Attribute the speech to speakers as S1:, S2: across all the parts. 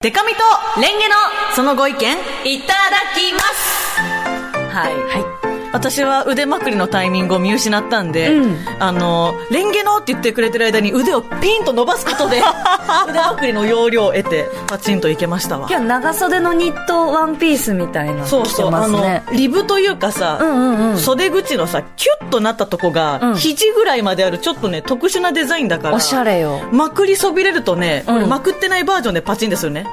S1: デカミとレンゲのそのご意見いただきますはい、私は腕まくりのタイミングを見失ったんで、あのレンゲのって言ってくれてる間に腕をピンと伸ばす ことで腕まくりの要領を得てパチンといけましたわ
S2: 今日長袖のニットワンピースみたいな
S1: そう
S2: 着て
S1: そう、
S2: ま
S1: あ
S2: す
S1: の
S2: ね
S1: リブというかさ、
S2: うんうんうん
S1: 袖口のさキュッとなったとこが、
S2: うん
S1: 肘ぐらいまであるちょっとね特殊なデザインだから
S2: おしゃれよ
S1: まくりそびれるとね、これ
S2: うん
S1: まくってないバージョンでパチンですよね。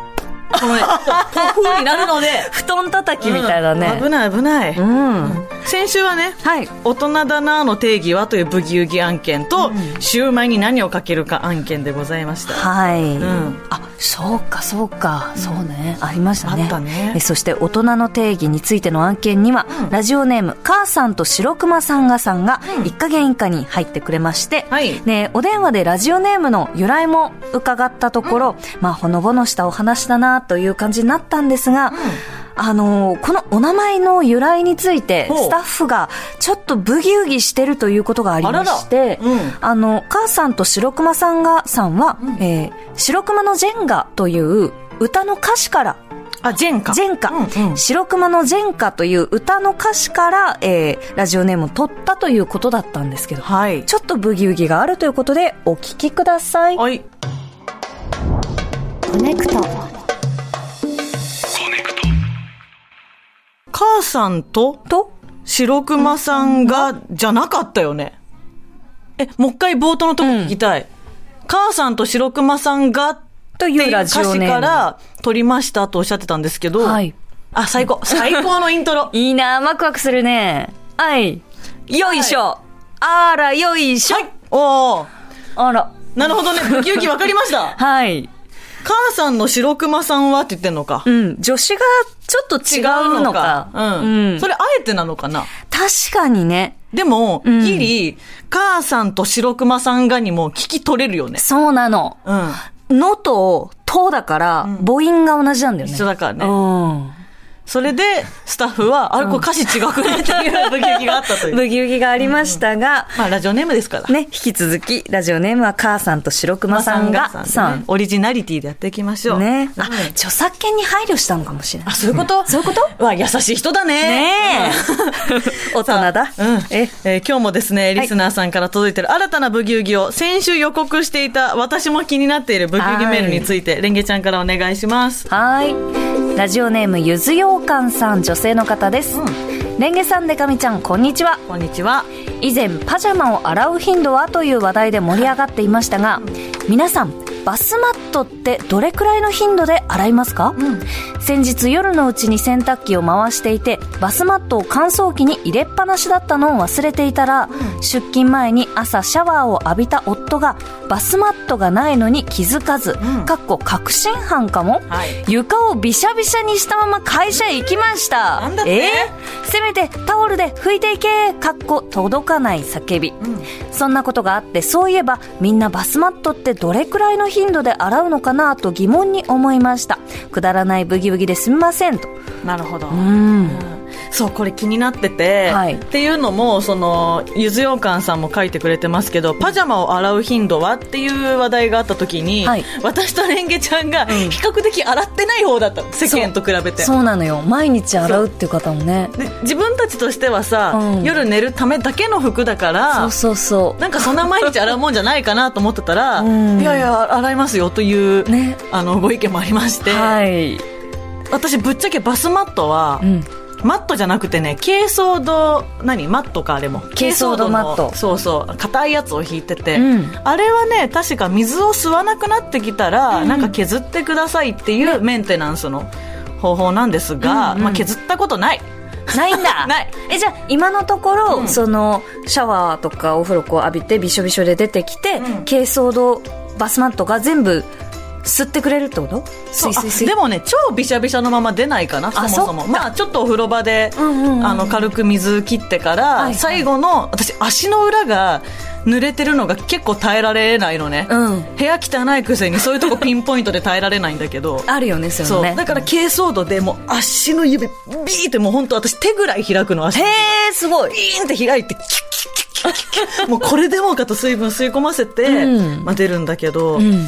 S1: こ のね、こう風になるので。
S2: 布団叩きみたいだ
S1: うん危
S2: ね
S1: ない危ない。
S2: うん、
S1: 先週はね、
S2: はい
S1: 大人だなぁの定義はというブギウギ案件と、シューマイに何をかけるか案件でございました。
S2: はい、
S1: ん
S2: あそうかそうか、そうねありましたね
S1: あったね
S2: えそして大人の定義についての案件には、ラジオネーム母さんと白熊さんがさんが一家元以下に入ってくれまして、
S1: はい
S2: ね、お電話でラジオネームの由来も伺ったところ、まあほのぼのしたお話だなという感じになったんですが、あのーこのお名前の由来について、
S1: ほう
S2: スタッフがちょっとブギウギしてるということがありまして、
S1: あららうん
S2: あの、母さんと白熊さんが、さんは、えー白熊のジェンガという歌の歌詞から、
S1: あ、ジェンか。
S2: ジェンカ、
S1: うんうん
S2: 白熊のジェンカという歌の歌詞から、えーラジオネームを取ったということだったんですけど、
S1: はい。
S2: ちょっとブギウギがあるということで、お聞きください。
S1: はい。
S2: コネクト。
S1: 母さんと
S2: と、
S1: 白熊さんが、じゃなかったよね。え、もう一回冒頭のとこ聞きたい。母さんと白熊さんが、
S2: と
S1: って
S2: い
S1: いうう
S2: ラ
S1: 歌
S2: ジオ
S1: 詞
S2: ネ
S1: か
S2: ーム。
S1: ら取りましたとおっしゃってたんですけど、
S2: はい。
S1: あ、最高。最高のイントロ
S2: いいなぁ、ワクワクするね。はい。よいしょ。あら、よいしょ。
S1: はい。おー
S2: あら。
S1: なるほどね。ウキウキわかりました。
S2: はい。
S1: 母さんの白熊さんはって言ってんのか。
S2: うん、女子がちょっと違うのか。
S1: うん。
S2: うん
S1: それあえてなのかな。
S2: 確かにね。
S1: でも、
S2: ん
S1: ギリ、母さんと白熊さんがにも聞き取れるよね。
S2: そうなの。
S1: うん。
S2: のと、とだから、母音が同じなんだよね。
S1: 一緒だからね
S2: うん。
S1: それで、スタッフは、あれ、これ歌詞違くねっていうブキブキがあったという。
S2: ブギウギがありましたが、
S1: まあ、ラジオネームですから。
S2: ね、引き続き、ラジオネームは母さんと白熊さんが、さん。
S1: オリジナリティでやっていきましょう。
S2: ね。
S1: あ
S2: あ、、著作権に配慮したのかもしれない。
S1: そういうことそういうことわ、優しい人だね。
S2: ねえ。大人だ。
S1: うん。え
S2: え、
S1: ー今日もですね、リスナーさんから届いてる新たなブギウギを先週予告していた私も気になっているブギウギメールについて、レンゲちゃんからお願いします。
S2: はい。ラジオネーム、ゆずようかんさん、女性の方です。レンゲさん、でかみちゃん、こんにちは。
S1: こんにちは。
S2: 以前パジャマを洗う頻度はという話題で盛り上がっていましたが皆さんバスマットってどれくらいの頻度で洗いますか、先日夜のうちに洗濯機を回していてバスマットを乾燥機に入れっぱなしだったのを忘れていたら、出勤前に朝シャワーを浴びた夫がバスマットがないのに気づかず、
S1: うん
S2: かっこ確信犯かも、
S1: はい
S2: 床をびしゃびしゃにしたまま会社へ行きました
S1: なんだって
S2: えーせめてタオルで拭いていけかっこ届かない叫び、そんなことがあってそういえばみんなバスマットってどれくらいの頻度で洗うのかなと疑問に思いましたくだらないブギブギですみませんと
S1: なるほど。
S2: うん
S1: そうこれ気になってて、
S2: はい
S1: っていうのもそのゆずようかんさんも書いてくれてますけどパジャマを洗う頻度はっていう話題があった時に、
S2: はい
S1: 私とレンゲちゃんが比較的洗ってない方だったの、世間と比べて
S2: そうなのよ毎日洗うっていう方もね
S1: で自分たちとしてはさ、
S2: うん
S1: 夜寝るためだけの服だから
S2: そうそうそ
S1: なんかそんな毎日洗うもんじゃないかなと思ってたら、
S2: うん
S1: いやいや洗いますよという、
S2: うね
S1: あのご意見もありまして、
S2: はい、
S1: 私ぶっちゃけバスマットは、
S2: うん、
S1: マットじゃなくてね珪藻土何マットかあれも
S2: 珪藻土マッ
S1: 珪藻
S2: ト
S1: のそうそう硬いやつを引いてて、
S2: うん
S1: あれはね確か水を吸わなくなってきたら、なんか削ってくださいっていうメンテナンスの方法なんですが、まあ、削ったことない
S2: ないん だ
S1: ない
S2: えじゃあ今のところ、そのシャワーとかお風呂こう浴びてびしょびしょで出てき
S1: う
S2: て、
S1: ん
S2: 珪藻土バスマットが全部吸ってくれるってことスイスイス
S1: そうあ
S2: イ
S1: でもね超びしゃびしゃのまま出ないかなそも
S2: あ
S1: そも
S2: そっ
S1: まあちょっとお風呂場で、
S2: うんうんうん
S1: あの軽く水切ってから、
S2: はい
S1: 最後の私足の裏が濡れてるのが結構耐えられないのね、
S2: うん
S1: 部屋汚いくせにそういうとこピンポイントで耐えられないんだけど
S2: あるよねそういう
S1: そ
S2: の
S1: う
S2: ね
S1: だから珪藻土でもう足の指ビーってもう本当私手ぐらい開くの足
S2: へえすごい
S1: ビーンって開いてキュッキュッキュッキュッキュッキュッもうこれでもかと水分吸い込ませて、
S2: うん
S1: まあ、出るんだけど、
S2: うん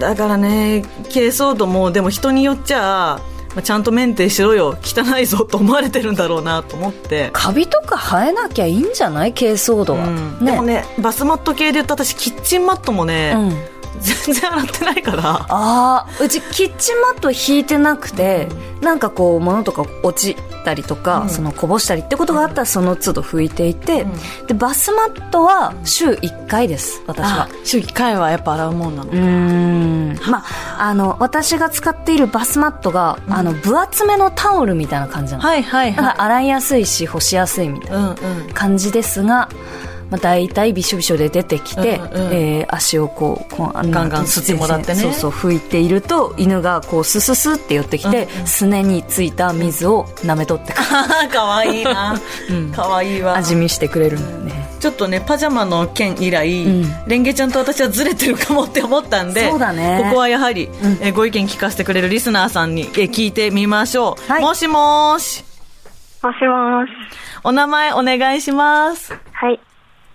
S1: だからね軽装度もでも人によっちゃまあちゃんとメンテしろよ汚いぞと思われてるんだろうなと思って、
S2: カビとか生えなきゃいいんじゃない珪藻土は、
S1: うんでもねバスマット系で言うと私キッチンマットもね、
S2: うん
S1: 全然洗ってないから
S2: ああうちキッチンマット引いてなくて、なんかこう物とか落ちたりとか、
S1: うん
S2: そのこぼしたりってことがあったらその都度拭いていて、
S1: うん
S2: でバスマットは週1回です私は
S1: あ週1回はやっぱ洗うもんなの
S2: うーんまああの私が使っているバスマットが、あの分厚めのタオルみたいな感じなの、
S1: はいはい
S2: だか
S1: は
S2: ら洗いやすいし干しやすいみたい
S1: い
S2: な
S1: うん うん
S2: 感じですが、まあ、大体びしょびしょで出てきて、
S1: うんうんうん
S2: えー足をこうこうあの
S1: ガンガン吸ってもらってね
S2: そうそう拭いていると犬がこうスススって寄ってきて、すねについた水を舐め 取ってくる
S1: あーかわいいな、かわいいわ
S2: 味見してくれるんだよね
S1: ちょっとねパジャマの件以来、
S2: うん
S1: レンゲちゃんと私はずれてるかもって思ったんで
S2: そうだね
S1: ここはやはり、えーご意見聞かせてくれるリスナーさんに、えー聞いてみましょう、
S2: はい
S1: もしもーし
S3: もしもし。
S1: お名前お願いします
S3: はい。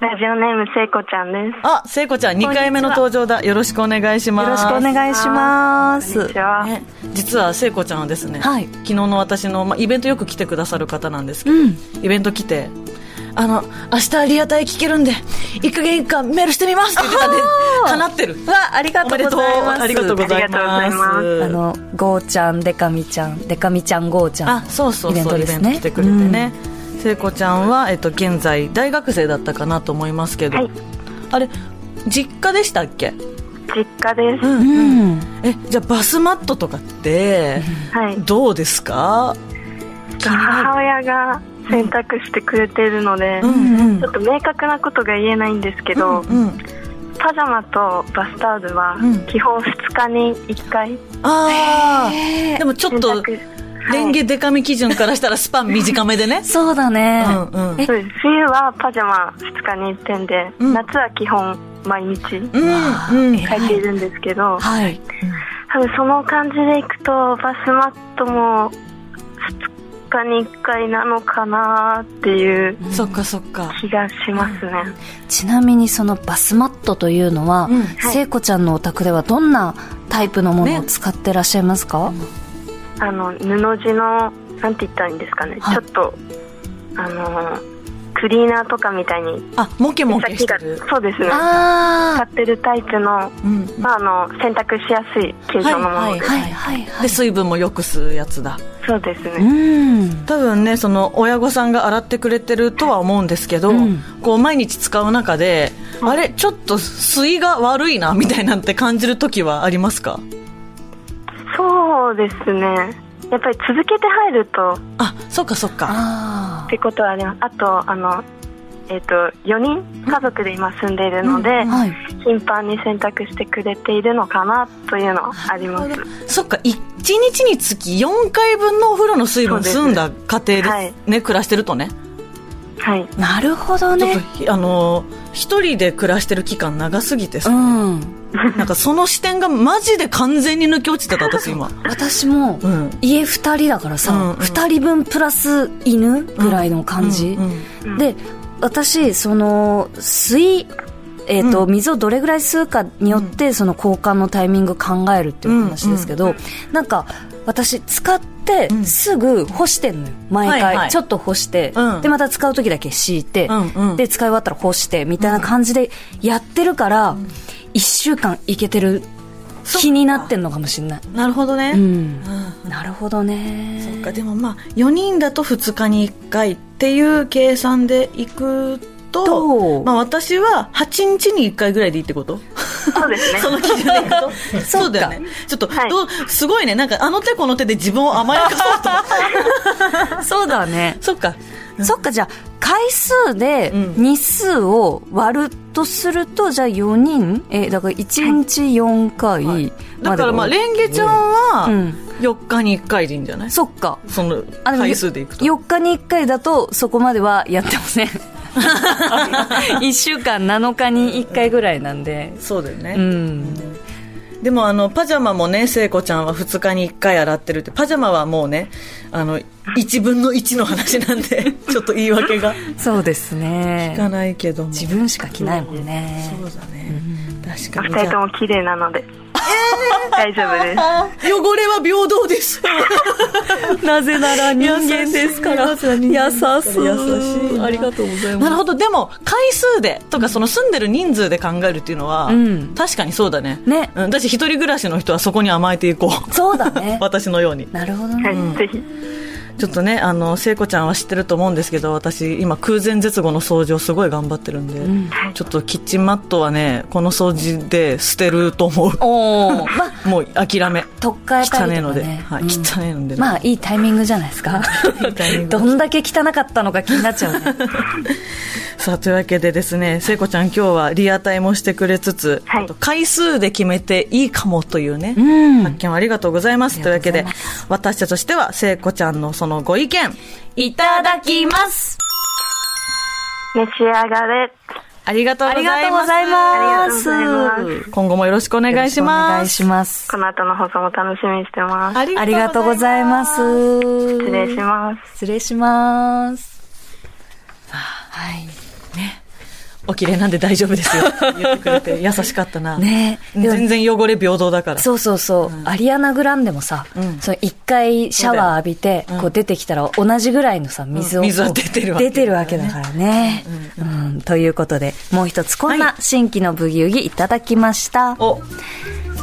S3: ラジオネーム、聖子ちゃんです。
S1: あ聖子ちゃん2回目の登場だよろしくお願いしま
S2: よ
S1: す
S2: ろしくお願いします
S3: こんにちは。
S1: ね、実は聖子ちゃんはですね、
S2: はい
S1: 昨日の私の、まあ、イベントよく来てくださる方なんですけど、
S2: うん
S1: イベント来てあの明日リアタイ聞けるんで1か月間メールしてみますって言ってたんで
S2: あー
S1: かなってる
S2: わありが
S1: お
S2: と
S1: めで
S2: う
S1: と
S2: ご
S1: う
S2: ざいます
S1: ありがとうござい
S3: あ
S1: ま
S3: りがとうご
S1: す
S2: あのゴーちゃんデカミちゃんデカミちゃんゴーちゃん
S1: あそうそうそう
S2: イベントですね
S1: 来てくれてね、聖子ちゃんは、えっと、現在大学生だったかなと思いますけど、
S3: はい
S1: あれ実家でしたっけ
S3: 実家です。
S2: うんん、
S1: えじゃあバスマットとかって
S3: はい。
S1: どうですか
S3: 母親が選択してくれてるので、
S1: うんうん
S3: ちょっと明確なことが言えないんですけど、
S1: うん
S3: パジャマとバスタオルは
S1: うん、
S3: 基本2日に1回
S1: ああでもちょっ
S3: 選
S1: と
S3: 択。
S1: レンゲデカミ基準からしたらスパン短めで ね
S2: そうだね、
S1: うんうん
S2: え
S3: そうです。冬はパジャマ2日に1点で、
S1: うん
S3: 夏は基本毎日書
S1: うんうん
S3: いているんですけど、
S2: はい
S3: 多分その感じでいくとバスマットも2日に1回なのかなっていう
S1: そっかそっか
S3: 気がしますね、
S2: ちなみにそのバスマットというのは、
S1: うん
S3: はい
S2: 聖子ちゃんのお宅ではどんなタイプのものを使ってらっしゃいますか、
S3: あの布地のなんて言ったらいいんですかね、
S2: はい
S3: ちょっとあのクリーナーとかみたいに
S1: あモケモケして
S3: が
S1: る
S3: そうですね使
S2: あ
S3: ってるタイプの,、
S1: うん
S3: まあ、あの洗濯しやすい形状のもの、
S1: はい
S2: あはいはいはい
S1: で水分もよく吸うやつだ
S3: そうですね、
S2: うん
S1: 多分ねその親御さんが洗ってくれてるとは思うんですけど、
S2: うん
S1: こう毎日使う中で、あれちょっと水が悪いなみたいなんて感じる時はありますか
S3: そうですねやっぱり続けて入ると
S1: あそっかそっか
S2: あ
S3: ってことはありますあとあのえっ、と4人家族で今住んでいるので、
S1: うんうん
S2: あはい
S3: 頻繁に洗濯してくれているのかなというのはあります
S1: そっか1日につき4回分のお風呂の水分
S3: そうです
S1: 吸んだ家庭で
S3: はい
S1: ね暮らしてるとね
S3: はい
S2: なるほど
S1: ちょっと
S2: ね
S1: ひあのー一人で暮らしてる期間長すぎて
S2: う
S1: さ、
S2: ん
S1: なんかその視点がマジで完全に抜け落ちてた私今
S2: 私も、
S1: うん
S2: 家2人だか
S1: う
S2: ら
S1: んう
S2: さ、
S1: ん
S2: 二2人分プラス犬ぐらいの感じ、
S1: うんうん
S3: うん
S2: で私その水えーと
S1: う
S2: 水をどれぐらい吸うかによって、その交換のタイミング考えるっていう話ですけど、なんか私使って
S1: ん
S2: すぐ干してんのよ毎回、
S1: はいはい
S2: ちょっと干して、
S1: うん
S2: でまた使う時だけ敷いて、
S1: うんうん
S2: で使い終わったら干してみたいな感じでやってるから、一1週間いけてる気になってんのかもしれない
S1: なるほどね、
S2: うん
S1: うん
S2: なるほどね
S1: そっかでもまあ4人だと2日に1回っていう計算でいく
S2: ど
S1: と
S2: う
S1: まあ、私は8日に1回ぐらいでいいってこと
S3: そうですね
S1: その基準でいくと そうだよねちょっと、
S3: はい
S1: どうすごいねなんかあの手この手で自分を甘やかそうと
S2: そうだね
S1: そっか
S2: そっか、じゃあ、回数で
S1: うん
S2: 日数を割るとすると、じゃあ4人、え、だから1日4回まで、
S1: だからまあレンゲちゃん
S2: う
S1: は
S2: ん
S1: 4日に1回でいいんじゃない
S2: そっか。
S1: その
S2: あ
S1: 回数でいくと
S2: 4日に1回だと、そこまではやってま せん。1週間7日に1回ぐらいなんで。
S1: そうだよね、
S2: うん。
S1: でもあのパジャマもね聖子ちゃんは2日に1回洗ってるってパジャマはもうねあの1分の1の話なん でちょっと言い訳が
S2: そうですね
S1: いかないけども
S2: 自分しか着ないも んね
S1: そうだね、確
S3: お
S1: かに
S3: 二人とも綺麗なので、大丈夫です
S1: じゃあ汚れは平等です
S2: なぜなら人間ですから
S1: 優しい
S2: 優しい
S1: 優しい
S2: ありがとうございます
S1: なるほどでも回数でとかその住んでる人数で考えるっていうのは、
S2: うん
S1: 確かにそうだね
S2: ね
S1: うん、だし一人暮らしの人はそこに甘えていこう
S2: そう だね
S1: 私のように
S2: なるほど
S3: は
S2: ね
S3: い、ぜひ
S1: ちょっとねあの聖子ちゃんは知ってると思うんですけど私今空前絶後の掃除をすごい頑張ってるんで、
S2: ん
S1: ちょっとキッチンマットはねこの掃除で捨てると 思う
S2: おおまあ
S1: もう諦め
S2: 取っ替えた
S1: 汚
S2: り
S1: ねえ
S2: とか
S1: ので、
S2: ね
S1: はい
S2: うん
S1: 汚ねえのでね、
S2: まあいいタイミングじゃないですかどんだけ汚かったのか気になっちゃうね
S1: さあというわけでですね聖子ちゃん今日はリアタイもしてくれつつ、
S3: はい
S1: あと回数で決めていいかもというね、
S2: うん
S1: 発見をありがとうございます
S2: あ
S1: というわ
S2: りがと
S1: け
S2: うござ
S1: で
S2: いま
S1: 私たちとしては聖子ちゃんのそのご意見
S2: いただきます
S3: 召し上がれ
S1: ありがとう
S2: あ
S1: ご
S2: りが
S1: ざ
S2: と
S1: いう
S2: ご
S1: ます
S2: ざいま
S3: ありがとうございますす
S1: 今後もよろしくお願いし
S2: お願
S1: ま
S2: い
S1: す
S2: します
S3: この後の放送も楽しみにしてます
S2: ありがとうございます
S3: 失
S2: 失
S3: 礼します
S2: す失礼しますはい
S1: お綺麗なんで大丈夫です よ。言ってくれて優しかったな。
S2: ねえ
S1: 全然汚れ平等だから。
S2: そうそうそう、アリアナ・グランデもさ、
S1: ん
S2: その一回シャワー浴びて、こう出てきたら同じぐらいのさ、水を、
S1: うん水は出てるわ
S2: わ
S1: け
S2: け、
S1: だからね
S2: 出てるわけだからね、うんということで、もう一つこん
S1: は
S2: な新規のブギウギいただきました。
S1: お、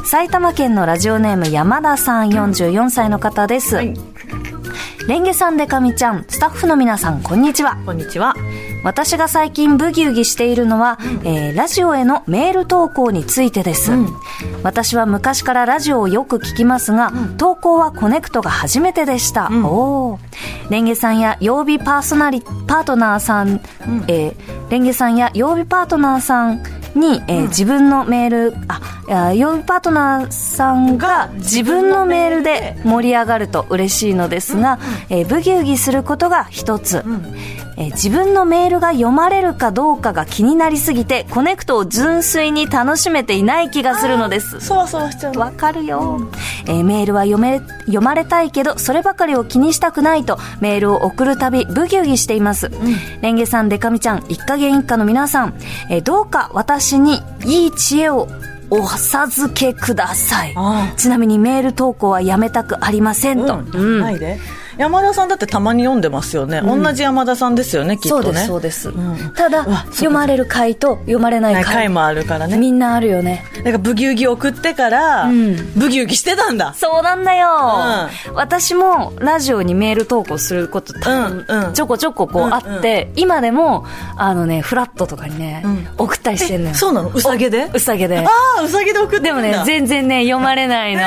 S2: 埼玉県のラジオネーム山田さん44歳の方です。
S1: はい
S2: レンゲさんでかみちゃん、スタッフの皆さん、こんにちは。
S1: こんにちは。
S2: 私が最近ブギウギしているのは、えーラジオへのメール投稿についてです、私は昔からラジオをよく聞きますが、投稿はコネクトが初めてでした、おおレンゲさんや曜日パーソナリパートナーさん、えーレンゲさんや曜日パートナーさんに、えー自分のメールあいや曜日パートナーさんが自分のメールで盛り上がると嬉しいのですが、えーブギウギすることが一つ、えー自分のメールが読まれるかどうかが気になりすぎてコネクトを純粋に楽しめていない気がするのです
S1: そわそわしちゃう。
S2: わかるよ、えーメールは読め読まれたいけどそればかりを気にしたくないとメールを送るたびブギウギしています、レンゲさんデカミちゃん一家元一家の皆さん、えーどうか私にいい知恵をお授けください
S1: あ
S2: ちなみにメール投稿はやめたくありませんと、
S1: うん、ないで。山田さんだってたまに読んでますよね。同じ山田さんですよね、きっ
S2: そう
S1: と
S2: で
S1: ね。
S2: すそうです、
S1: ん
S2: ただ
S1: うわそうか
S2: 読まれる回と読まれない
S1: ね
S2: 回
S1: 回もあるからね。
S2: みんなあるよね
S1: なんかブギウギ送ってから、
S2: ん
S1: ブギウギしてたんだ。
S2: そうなんだよ、私もラジオにメール投稿すること多分
S1: うんうん
S2: ちょこちょここうあって、今でもあのねフラットとかにね、
S1: ん
S2: 送ったりしてんのよ
S1: えそうなのうさげで
S2: うさげで
S1: ああ、うさぎで送ってんだ
S2: でもね全然ね読まれないの、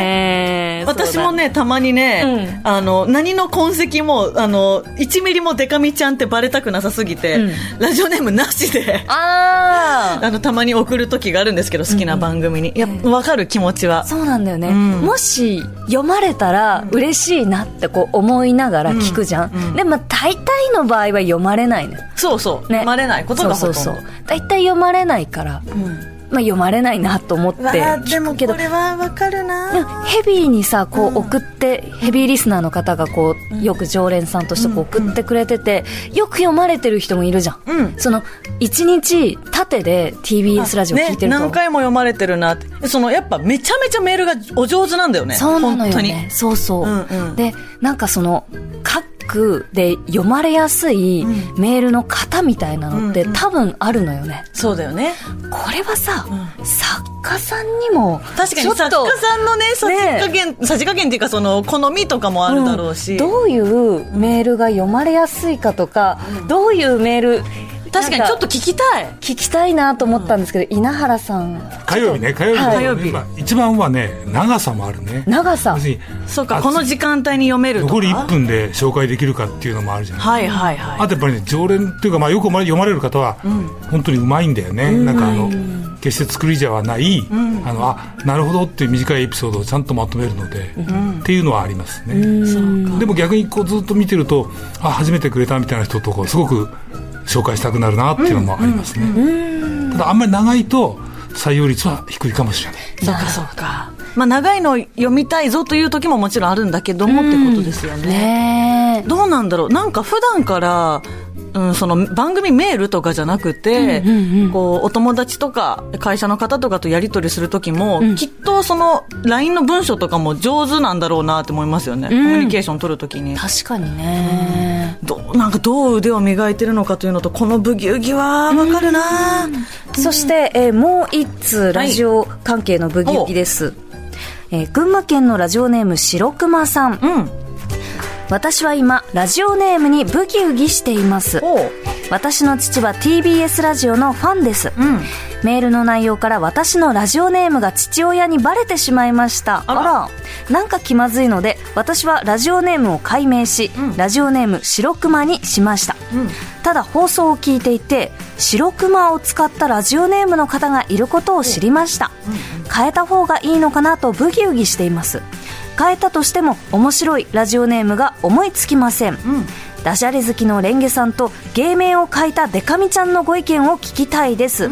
S2: えー
S1: 私もね、たまにね、
S2: う
S1: あの、何の痕跡も、あの、1ミリもデカミちゃんってバレたくなさすぎて、
S2: うん
S1: ラジオネームなしで、
S2: そうだああ
S1: あの、たまに送る時があるんですけど、好きな番組に。いや、わかる気持ちは。
S2: そうなんだよね、
S1: うん
S2: もし読まれたら嬉しいなってこう思いながら聞くじゃん、でも大体の場合は読まれないのよ
S1: そうそう。生まれないことがほとんど。
S2: そうそうそう大体読まれないから、まあ、読まれないなと思って
S1: わあで
S2: 聞
S1: も
S2: くけど
S1: これはわかる
S2: で
S1: な
S2: もヘビーにさこう送って、ヘビーリスナーの方がこうよく常連さんとしてこう送ってくれてて、よく読まれてる人もいるじゃん、
S1: うん
S2: その1日縦で TBS ラジオ聞いてる
S1: ね、
S2: と、
S1: 何回も読まれてるなってそのやっぱめちゃめちゃメールがお上手なんだよね
S2: そうなの
S1: 本
S2: よ
S1: 当に
S2: ねそうそう、
S1: うんうん
S2: でなんかその各で読まれやすいメールの型みたいなのって、
S1: うんうん
S2: 多分あるのよね
S1: そうだよね
S2: これはさ、作家さんにも
S1: 確か
S2: ち
S1: に
S2: ょっと
S1: 作家さんのねさじ
S2: ね
S1: 加減さじ加減っていうかその好みとかもあるだろうし、
S2: んどういうメールが読まれやすいかとか、どういうメール
S1: 確かにちょっと
S2: な
S1: 聞
S2: ん
S1: きたい
S2: 聞きたいなと思ったんですけど、稲原さん
S4: 火曜日ね火曜日,、
S2: はい
S1: 火曜日
S4: まあ一番はね長さもあるね
S2: 長さ
S4: 要するに
S1: そうか
S4: あ
S1: この時間帯に読めるとか
S4: 残り1分で紹介できるかっていうのもあるじゃない
S1: はいはいはい
S4: あとやっぱりね常連っていうか、まあ、よく読まれる方は本当にうまいんだよね、なんかあの決して作りじゃはない、あのあなるほどっていう短いエピソードをちゃんとまとめるので、っていうのはありますね、でも逆にこうずっと見てるとあ初めてくれたみたいな人とこうすごく紹介したくなるなっていうのもありますね、ただあんまり長いと採用率は低いかもしれない
S1: そうかそうかまあ、長いのを読みたいぞという時ももちろんあるんだけども、ってことですよね。
S2: ねえ
S1: どうなんだろうなんか普段から、うん、その番組メールとかじゃなくて、こうお友達とか会社の方とかとやり取りする時も、きっとその LINE の文章とかも上手なんだろうなって思いますよね、コミュニケーション取る時に
S2: 確かにね、
S1: どうなんかどう腕を磨いてるのかというのとこのブギウギは分かるな、
S2: そして、えーもう一通
S1: は
S2: ラ
S1: い
S2: ジオ関係のブギウギです、えー群馬県のラジオネーム白熊さん
S1: うん
S2: 私は今ラジオネームにブギウギしています
S1: おう
S2: 私の父は TBS ラジオのファンです、
S1: ん
S2: メールの内容から私のラジオネームが父親にバレてしまいましたあ
S1: あ
S2: ら
S1: ら
S2: なんか気まずいので私はラジオネームを改名し、ラジオネーム白熊にしました、ただ放送を聞いていて白熊を使ったラジオネームの方がいることを知りました、変えた方がいいのかなとブギウギしています変えたとしても面白いラジオネームが思いつきません、ダジャレ好きのレンゲさんと芸名を変えたデカミちゃんのご意見を聞きたいです、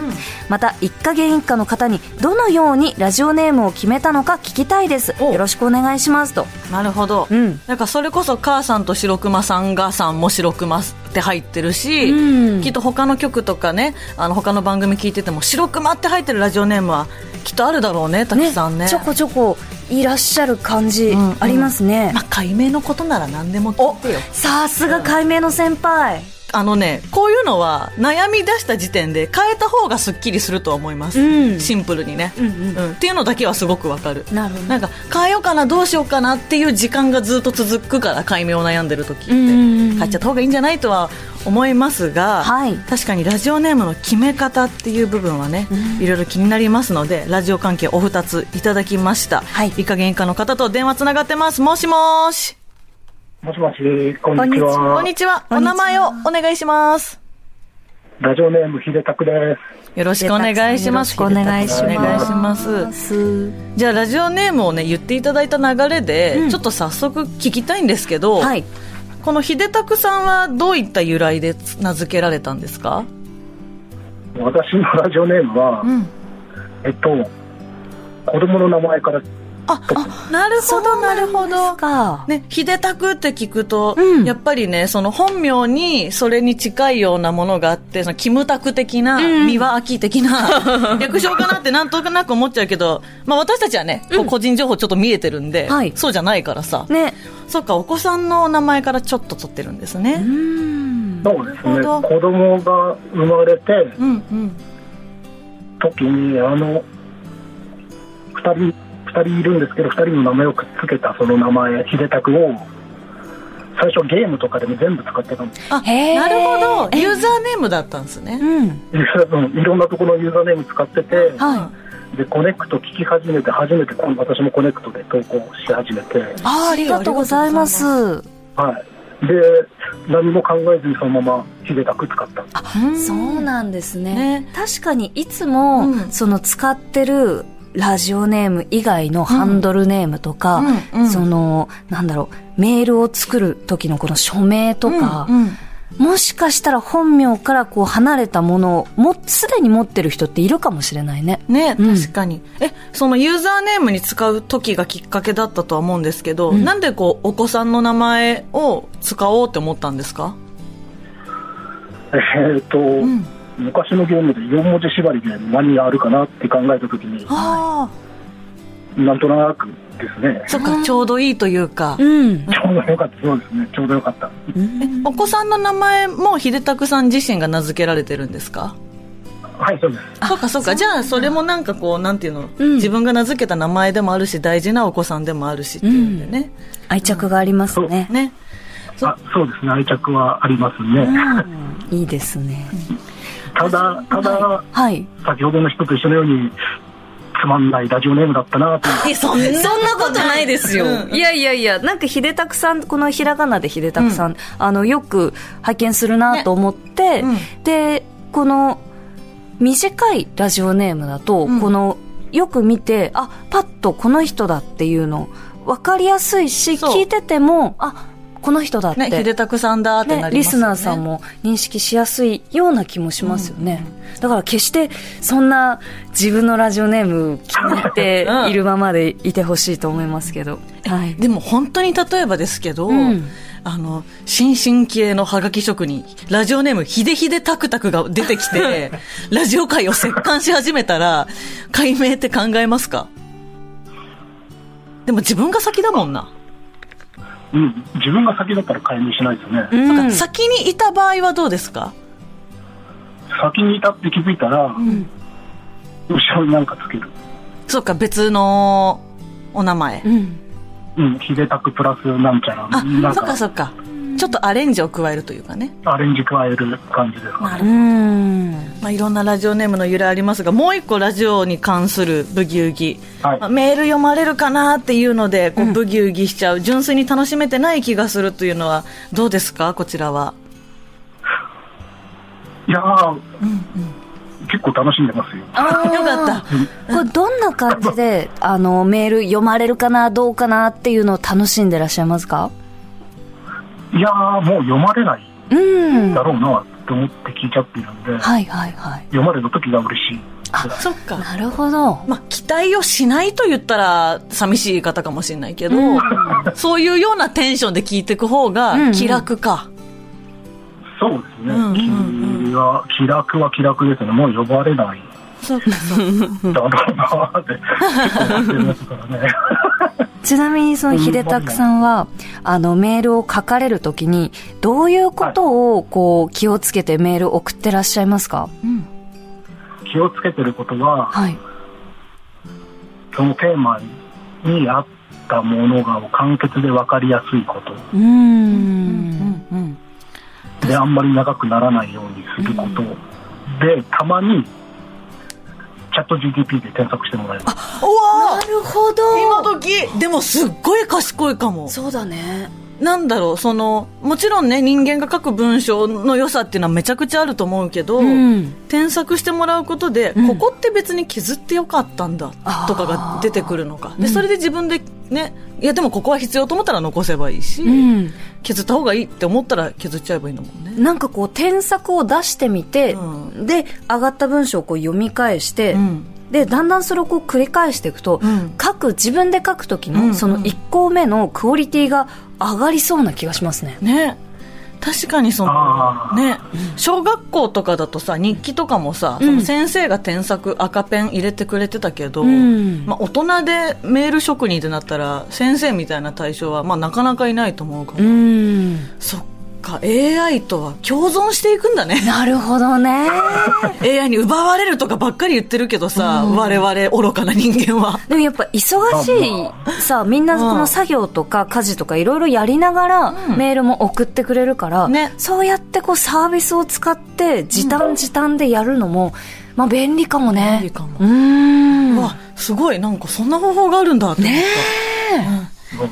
S2: また一家芸一家の方にどのようにラジオネームを決めたのか聞きたいです
S1: お
S2: よろしくお願いしますと
S1: なるほど、
S2: うん
S1: なんかそれこそ母さんと白熊さんがさんも白熊って入ってるし、
S2: うん
S1: きっと他の曲とかねあの他の番組聞いてても白熊って入ってるラジオネームはきっとあるだろうねたくさんね
S2: ちょこちょこいらっしゃる感じ
S1: んうん
S2: ありますね、
S1: まあ、解明のことなら何でも聞いてよ
S2: さすが解明の先輩、
S1: あのねこういうのは悩み出した時点で変えた方がすっきりすると思います、
S2: うん
S1: シンプルにね、
S2: うんうん
S1: っていうのだけはすごくわかる
S2: なるほど
S1: なんか変えようかなどうしようかなっていう時間がずっと続くから解明を悩んでる時って
S2: うんうんうん
S1: 変えちゃった方がいいんじゃないとは思いますが、
S2: はい
S1: 確かにラジオネームの決め方っていう部分はね、いろいろ気になりますのでラジオ関係お二ついただきました、
S2: はい
S1: いかげんかの方と電話つながってますもしもし
S5: もしもし、こんにち
S1: こ
S5: は
S1: ん。にちは
S2: ん
S1: お
S2: にちは
S1: 名前をお願いします
S5: ラジオネーム、ひでたくです。
S1: よろしくお願いします。
S2: よろしくお願いします
S1: お願いします。じゃあ、ラジオネームをね、言っていただいた流れで、ちょっと早速聞きたいんですけど、
S2: はい
S1: この秀拓さんはどういった由来で名付けられたんですか
S5: 私のラジオネームは、えっと、子供の名前から、
S1: あ、あなるほど、なるほど。
S2: か
S1: ね、秀拓って聞くと、
S2: うん
S1: やっぱりね、その本名にそれに近いようなものがあって、そのキムタク的な、三輪明的 な、略称かなってなんとなく思っちゃうけど、まあ私たちはね、こう個人情報ちょっと見えてるんで、
S2: はい
S1: そうじゃないからさ、
S2: ね
S1: そっか、お子さんのお名前からちょっと取ってるんですね。
S5: そうです
S1: な
S5: ね、
S1: るほど
S5: 子供が生まれて、
S1: うん、うん。
S5: 時に、あの、二人、二人いるんですけど、二人の名前をくっつけた、その名前、ひでたくを、最初ゲームとかでも全部使ってたんです。
S1: あ、
S2: へー
S1: なるほど。ユーザーネームだったんですね。
S2: うん
S5: いろいろいろんなところのユーザーネーム使ってて、
S2: は
S5: で、コネクト聞き始めて、初めて、この私もコネクトで投稿し始めて、
S2: あーありがとうございます
S5: はい。で、何も考えずにそのまま、ひでたく使った。
S1: うん
S2: そうなんですね
S1: ね
S2: 確かにいつも、
S1: うん
S2: その使ってるラジオネーム以外のハンドルネームとか、
S1: うんうん
S2: そのなんだろうメールを作る時のこの署名とか、
S1: うんうん
S2: もしかしたら本名からこう離れたものをもすでに持ってる人っているかもしれないね
S1: ね、
S2: うん
S1: 確かに。え、そのユーザーネームに使う時がきっかけだったとは思うんですけど、
S2: ん
S1: なんでこう、お子さんの名前を使おうって思ったんですか
S5: えっと、
S1: ん
S5: 昔のゲームで4文字縛りで何があるかなって考えたときに、
S1: あ
S5: なんとなくですね
S1: あ。、そっか、ちょうどいいというか。
S2: うん
S5: ちょうどよかった、そうですね、ちょうどよかった。
S1: えお子さんの名前も秀拓さん自身が名付けられてるんですか
S5: はい、そうです。
S1: そうかそうかじゃあそれもなんかこうなんていうの、
S2: うん
S1: 自分が名付けた名前でもあるし大事なお子さんでもあるしっていうんでね、
S2: 愛着がありますね、
S1: ねそう
S5: あそうですね、愛着はありますね。
S2: いいですね、
S5: ただ、ただ、
S2: はい
S5: 先ほどの人と一緒のように、つまんないラジオネームだったなと。
S1: えそん
S2: そんなことないですよ。
S1: うん
S2: いやいやいや、なんか秀拓さん、このひらがなで秀拓さん、あの、よく拝見するなと思っ
S1: ね
S2: て、
S1: うん
S2: で、この、短いラジオネームだと、
S1: ん
S2: この、よく見て、あ、パッとこの人だっていうの、わかりやすいし、
S1: そう
S2: 聞いてても、あ、この人だって、
S1: ね、秀拓さんだってな
S2: ね、
S1: りま
S2: リ
S1: す
S2: ス
S1: よね
S2: ナーさんも認識しやすいような気もしますよね、だから決してそんな自分のラジオネーム気に入っているままでいてほしいと思いますけど、はい、
S1: でも本当に例えばですけど、
S2: ん
S1: あの、新進気鋭のハガキ職人、ラジオネーム、ヒデヒデタクタクが出てきて、ラジオ界を折檻し始めたら、解明って考えますかでも自分が先だもんな。
S5: うん、自分が先だったら解明しないですよね、
S2: うん
S1: 先にいた場合はどうですか
S5: 先にいたって気づいたら、後ろになんかつける、
S1: そうか、別のお名前。
S2: うん
S5: うん、秀拓プラスなんちゃら、な
S1: あ、
S5: ん
S1: そっか
S5: か
S1: そっか。ちょっとアレンジを加えるというかね。
S5: アレンジ加える感じですかね。
S2: うん
S1: まあ、いろんなラジオネームの由来ありますが、もう一個ラジオに関するブギウギ、
S5: はい
S1: まあメール読まれるかなっていうので、こうブギウギしちゃう、純粋に楽しめてない気がするというのは、どうですか、こちらは。
S5: いやー、結構楽しんでますよ。
S2: あー
S1: よかった、
S2: これどんな感じ であのメール読まれるかなどうかなっていうのを楽しんでらっしゃいますか
S5: いやー、もう読まれない
S2: うん
S5: だろうなと思って聞いちゃってるんで、
S2: はいはいはい
S5: 読まれた時が嬉しい。
S1: そっか、
S2: なるほど
S1: まあ、期待をしないと言ったら、寂しい方かもしれないけど、そういうようなテンションで聞いていく方
S2: うんう
S1: が
S2: ん
S1: 気楽か、
S5: そうですね。
S1: うん
S5: 気は、気楽は気楽ですね。もう呼ばれない
S1: そうか
S5: だろうなーって、結構やってるんですから ね。
S2: ちなみにその秀拓さんは、あのメールを書かれるときに、どういうことをこう気をつけてメール送ってらっしゃいますか
S5: 気をつけてることは、
S2: はい。
S5: そのテーマに合ったものが簡潔で分かりやすいこ
S2: うーん。
S5: と。で、あんまり長くならないようにすること。で、たまに、チャット GTP で検索してもらえる。
S1: うわ
S2: なるほど。
S1: ー今時でもすっごい賢いかも
S2: そうだね。
S1: なんだろうそのもちろんね人間が書く文章の良さっていうのはめちゃくちゃあると思うけど、
S2: うん。
S1: 添削してもらうことで、
S2: うん
S1: ここって別に削ってよかったんだとかが出てくるのかでそれで自分でねいやでもここは必要と思ったら残せばいいし、
S2: うん。
S1: 削った方がいいって思ったら削っちゃえばいいんだもんね
S2: なんかこう添削を出してみて、
S1: う
S2: で、上がった文章をこう読み返して、
S1: うん
S2: で、だんだんそれをこう繰り返していくと、
S1: うん
S2: 書く、自分で書くとき
S1: うんう
S2: の
S1: ん
S2: その1項目のクオリティが上がりそうな気がしますね。
S1: ね確かにその
S5: あー
S1: ね小学校とかだとさ日記とかもさ、その先生が添削赤ペン入れてくれてたけど、
S2: うん
S1: まあ、大人でメール職人ってなったら先生みたいな対象は、まあ、なかなかいないと思うから、
S2: うん。
S1: そっか AI とは共存していくんだ ね
S2: なるほど ね。
S1: AI に奪われるとかばっかり言ってるけどさ、我々愚かな人間は
S2: でもやっぱ忙しいさ、みんなこの作業とか家事とかいろいろやりながらメールも送ってくれるから、
S1: ね
S2: そうやってこうサービスを使って時短時短でやるのも、まあ便利かもね。
S1: 便利かも
S2: うーん。
S1: うわすごいなんかそんな方法があるんだって思った、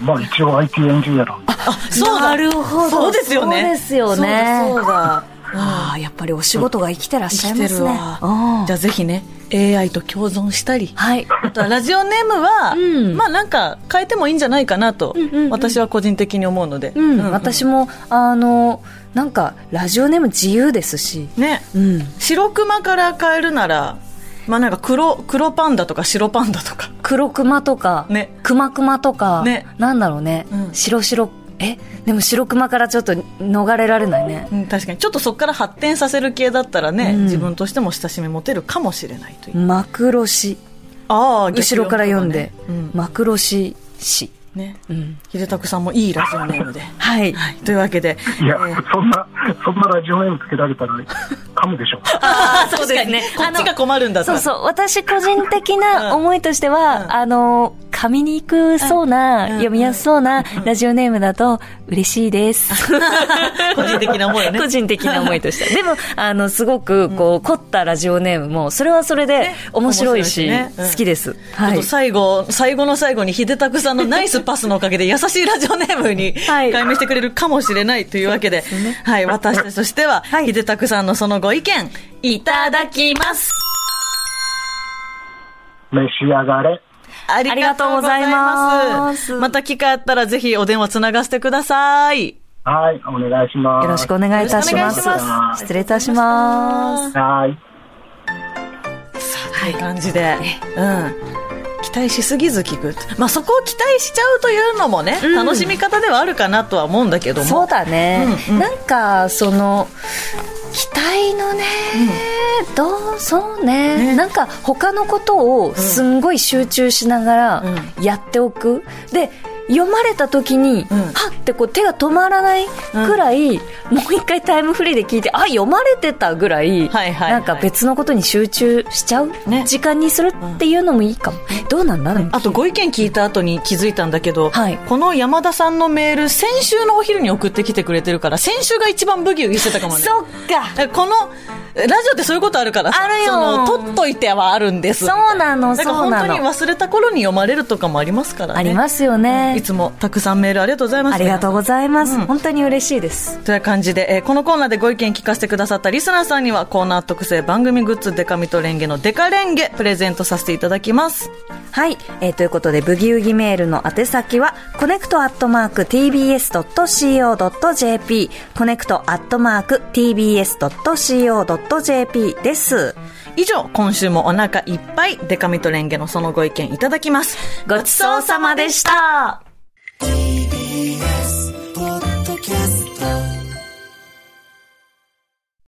S5: まあ一応 IT エンジニアなんで、
S1: あそうだ
S2: なるほど。
S1: そうですよね
S2: そうですよ
S1: そうだ
S2: ね。
S1: そうだ
S2: ああ、やっぱりお仕事が生きてらっしゃいますね。うん
S1: じゃあぜひね AI と共存したり
S2: はい。
S1: あとはラジオネームは、
S2: うん
S1: まあなんか変えてもいいんじゃないかなと、
S2: んうんうん
S1: 私は個人的に思うので、
S2: うん、私も、あの、なんか、ラジオネーム自由ですし。
S1: ね
S2: うん。
S1: 白熊から変えるならまあなんか黒黒パンダとか白パンダとか
S2: 黒熊とか、
S1: ね
S2: 熊熊とか、
S1: ね
S2: なんだろうね、
S1: うん
S2: 白白、え、でも白熊からちょっと逃れられないね。
S1: うん、確かにちょっとそこから発展させる系だったらね、
S2: うん
S1: 自分としても親しみ持てるかもしれないという、
S2: マクロシ、
S1: ああ
S2: 後ろから読んで、
S1: うん
S2: マクロシ氏。
S1: ね
S2: うん。
S1: 秀拓さんもいいラジオネームで、
S2: はい。
S1: はい、 というわけで
S5: いや
S1: えー、
S5: そんな、そんなラジオネームつけられたら、噛むでしょ。
S1: あー
S2: そうですね
S1: こっちが困るんだった
S2: そう
S1: ら
S2: そう。私個人的
S1: うん
S2: な思いとしては、
S1: うん
S2: あの、紙に行くそうな、
S1: うん
S2: 読みやすそうなラジオネームだと嬉しいです。
S1: 個人的な思いをね
S2: 個人的な思いとして。でも、あの、すごく、こう、凝ったラジオネームも、それはそれで面白いし、
S1: 面白いしねうん
S2: 好きです。
S1: あ
S2: はい
S1: と。最後、最後の最後に秀拓さんのナイスパスのおかげで優しいラジオネームに
S2: はい
S1: 解明してくれるかもしれないというわけで、はい、私たちとしては、
S2: はい
S1: 秀拓さんのそのご意見、いただきます。
S5: 召し上がれ。
S1: ありがとうございます。
S2: ありがとうございます
S1: また機会あったらぜひお電話つながせてください。
S5: はい、お願いします。
S2: よろしくお願いいたします。
S1: よろしくお願いします
S2: 失礼いたします。
S5: はい。
S1: という感じで、うん。期待しすぎず聞く。まあ、そこを期待しちゃうというのもね、楽しみ方ではあるかなとは思うんだけども。
S2: そうだね、
S1: うんうん
S2: なんかその期待のね、どうそうね
S1: ね
S2: なんか他のことをすんごい集中しながらやっておく、で読まれた時に、
S1: うん
S2: はってこう手が止まらないくらい、もう一回タイムフリーで聞いてあ読まれてたぐらい,、
S1: はいはいはい
S2: なんか別のことに集中しちゃう、
S1: ね
S2: 時間にするっていうのもいいかも、どうなんだ、
S1: あとご意見聞いた後に気づいたんだけど、
S2: はい
S1: この山田さんのメール、先週のお昼に送ってきてくれてるから、先週が一番ブギウギしてたかもね。
S2: そっか
S1: えこの、ラジオってそういうことあるからさ
S2: あるよ
S1: その、取っといてはあるんです。
S2: そうなの
S1: だから
S2: そう
S1: 本
S2: な
S1: 当に
S2: の
S1: 忘れた頃に読まれるとかもありますからね。。
S2: ありますすよね
S1: いつもたくさんメールありがとうございます。
S2: ありがとうございます。
S1: うん
S2: 本当に嬉しいです。
S1: という感じで、えーこのコーナーでご意見聞かせてくださったリスナーさんにはコーナー特製番組グッズデカミとレンゲのデカレンゲプレゼントさせていただきます。
S2: はい。えーということで、ブギウギメールの宛先は、コネクトアットマーク tbs.co.jp、コネクトアットマーク tbs.co.jp です。
S1: 以上、今週もお腹いっぱいデカミとレンゲのそのご意見いただきます。
S2: ごちそうさまでした。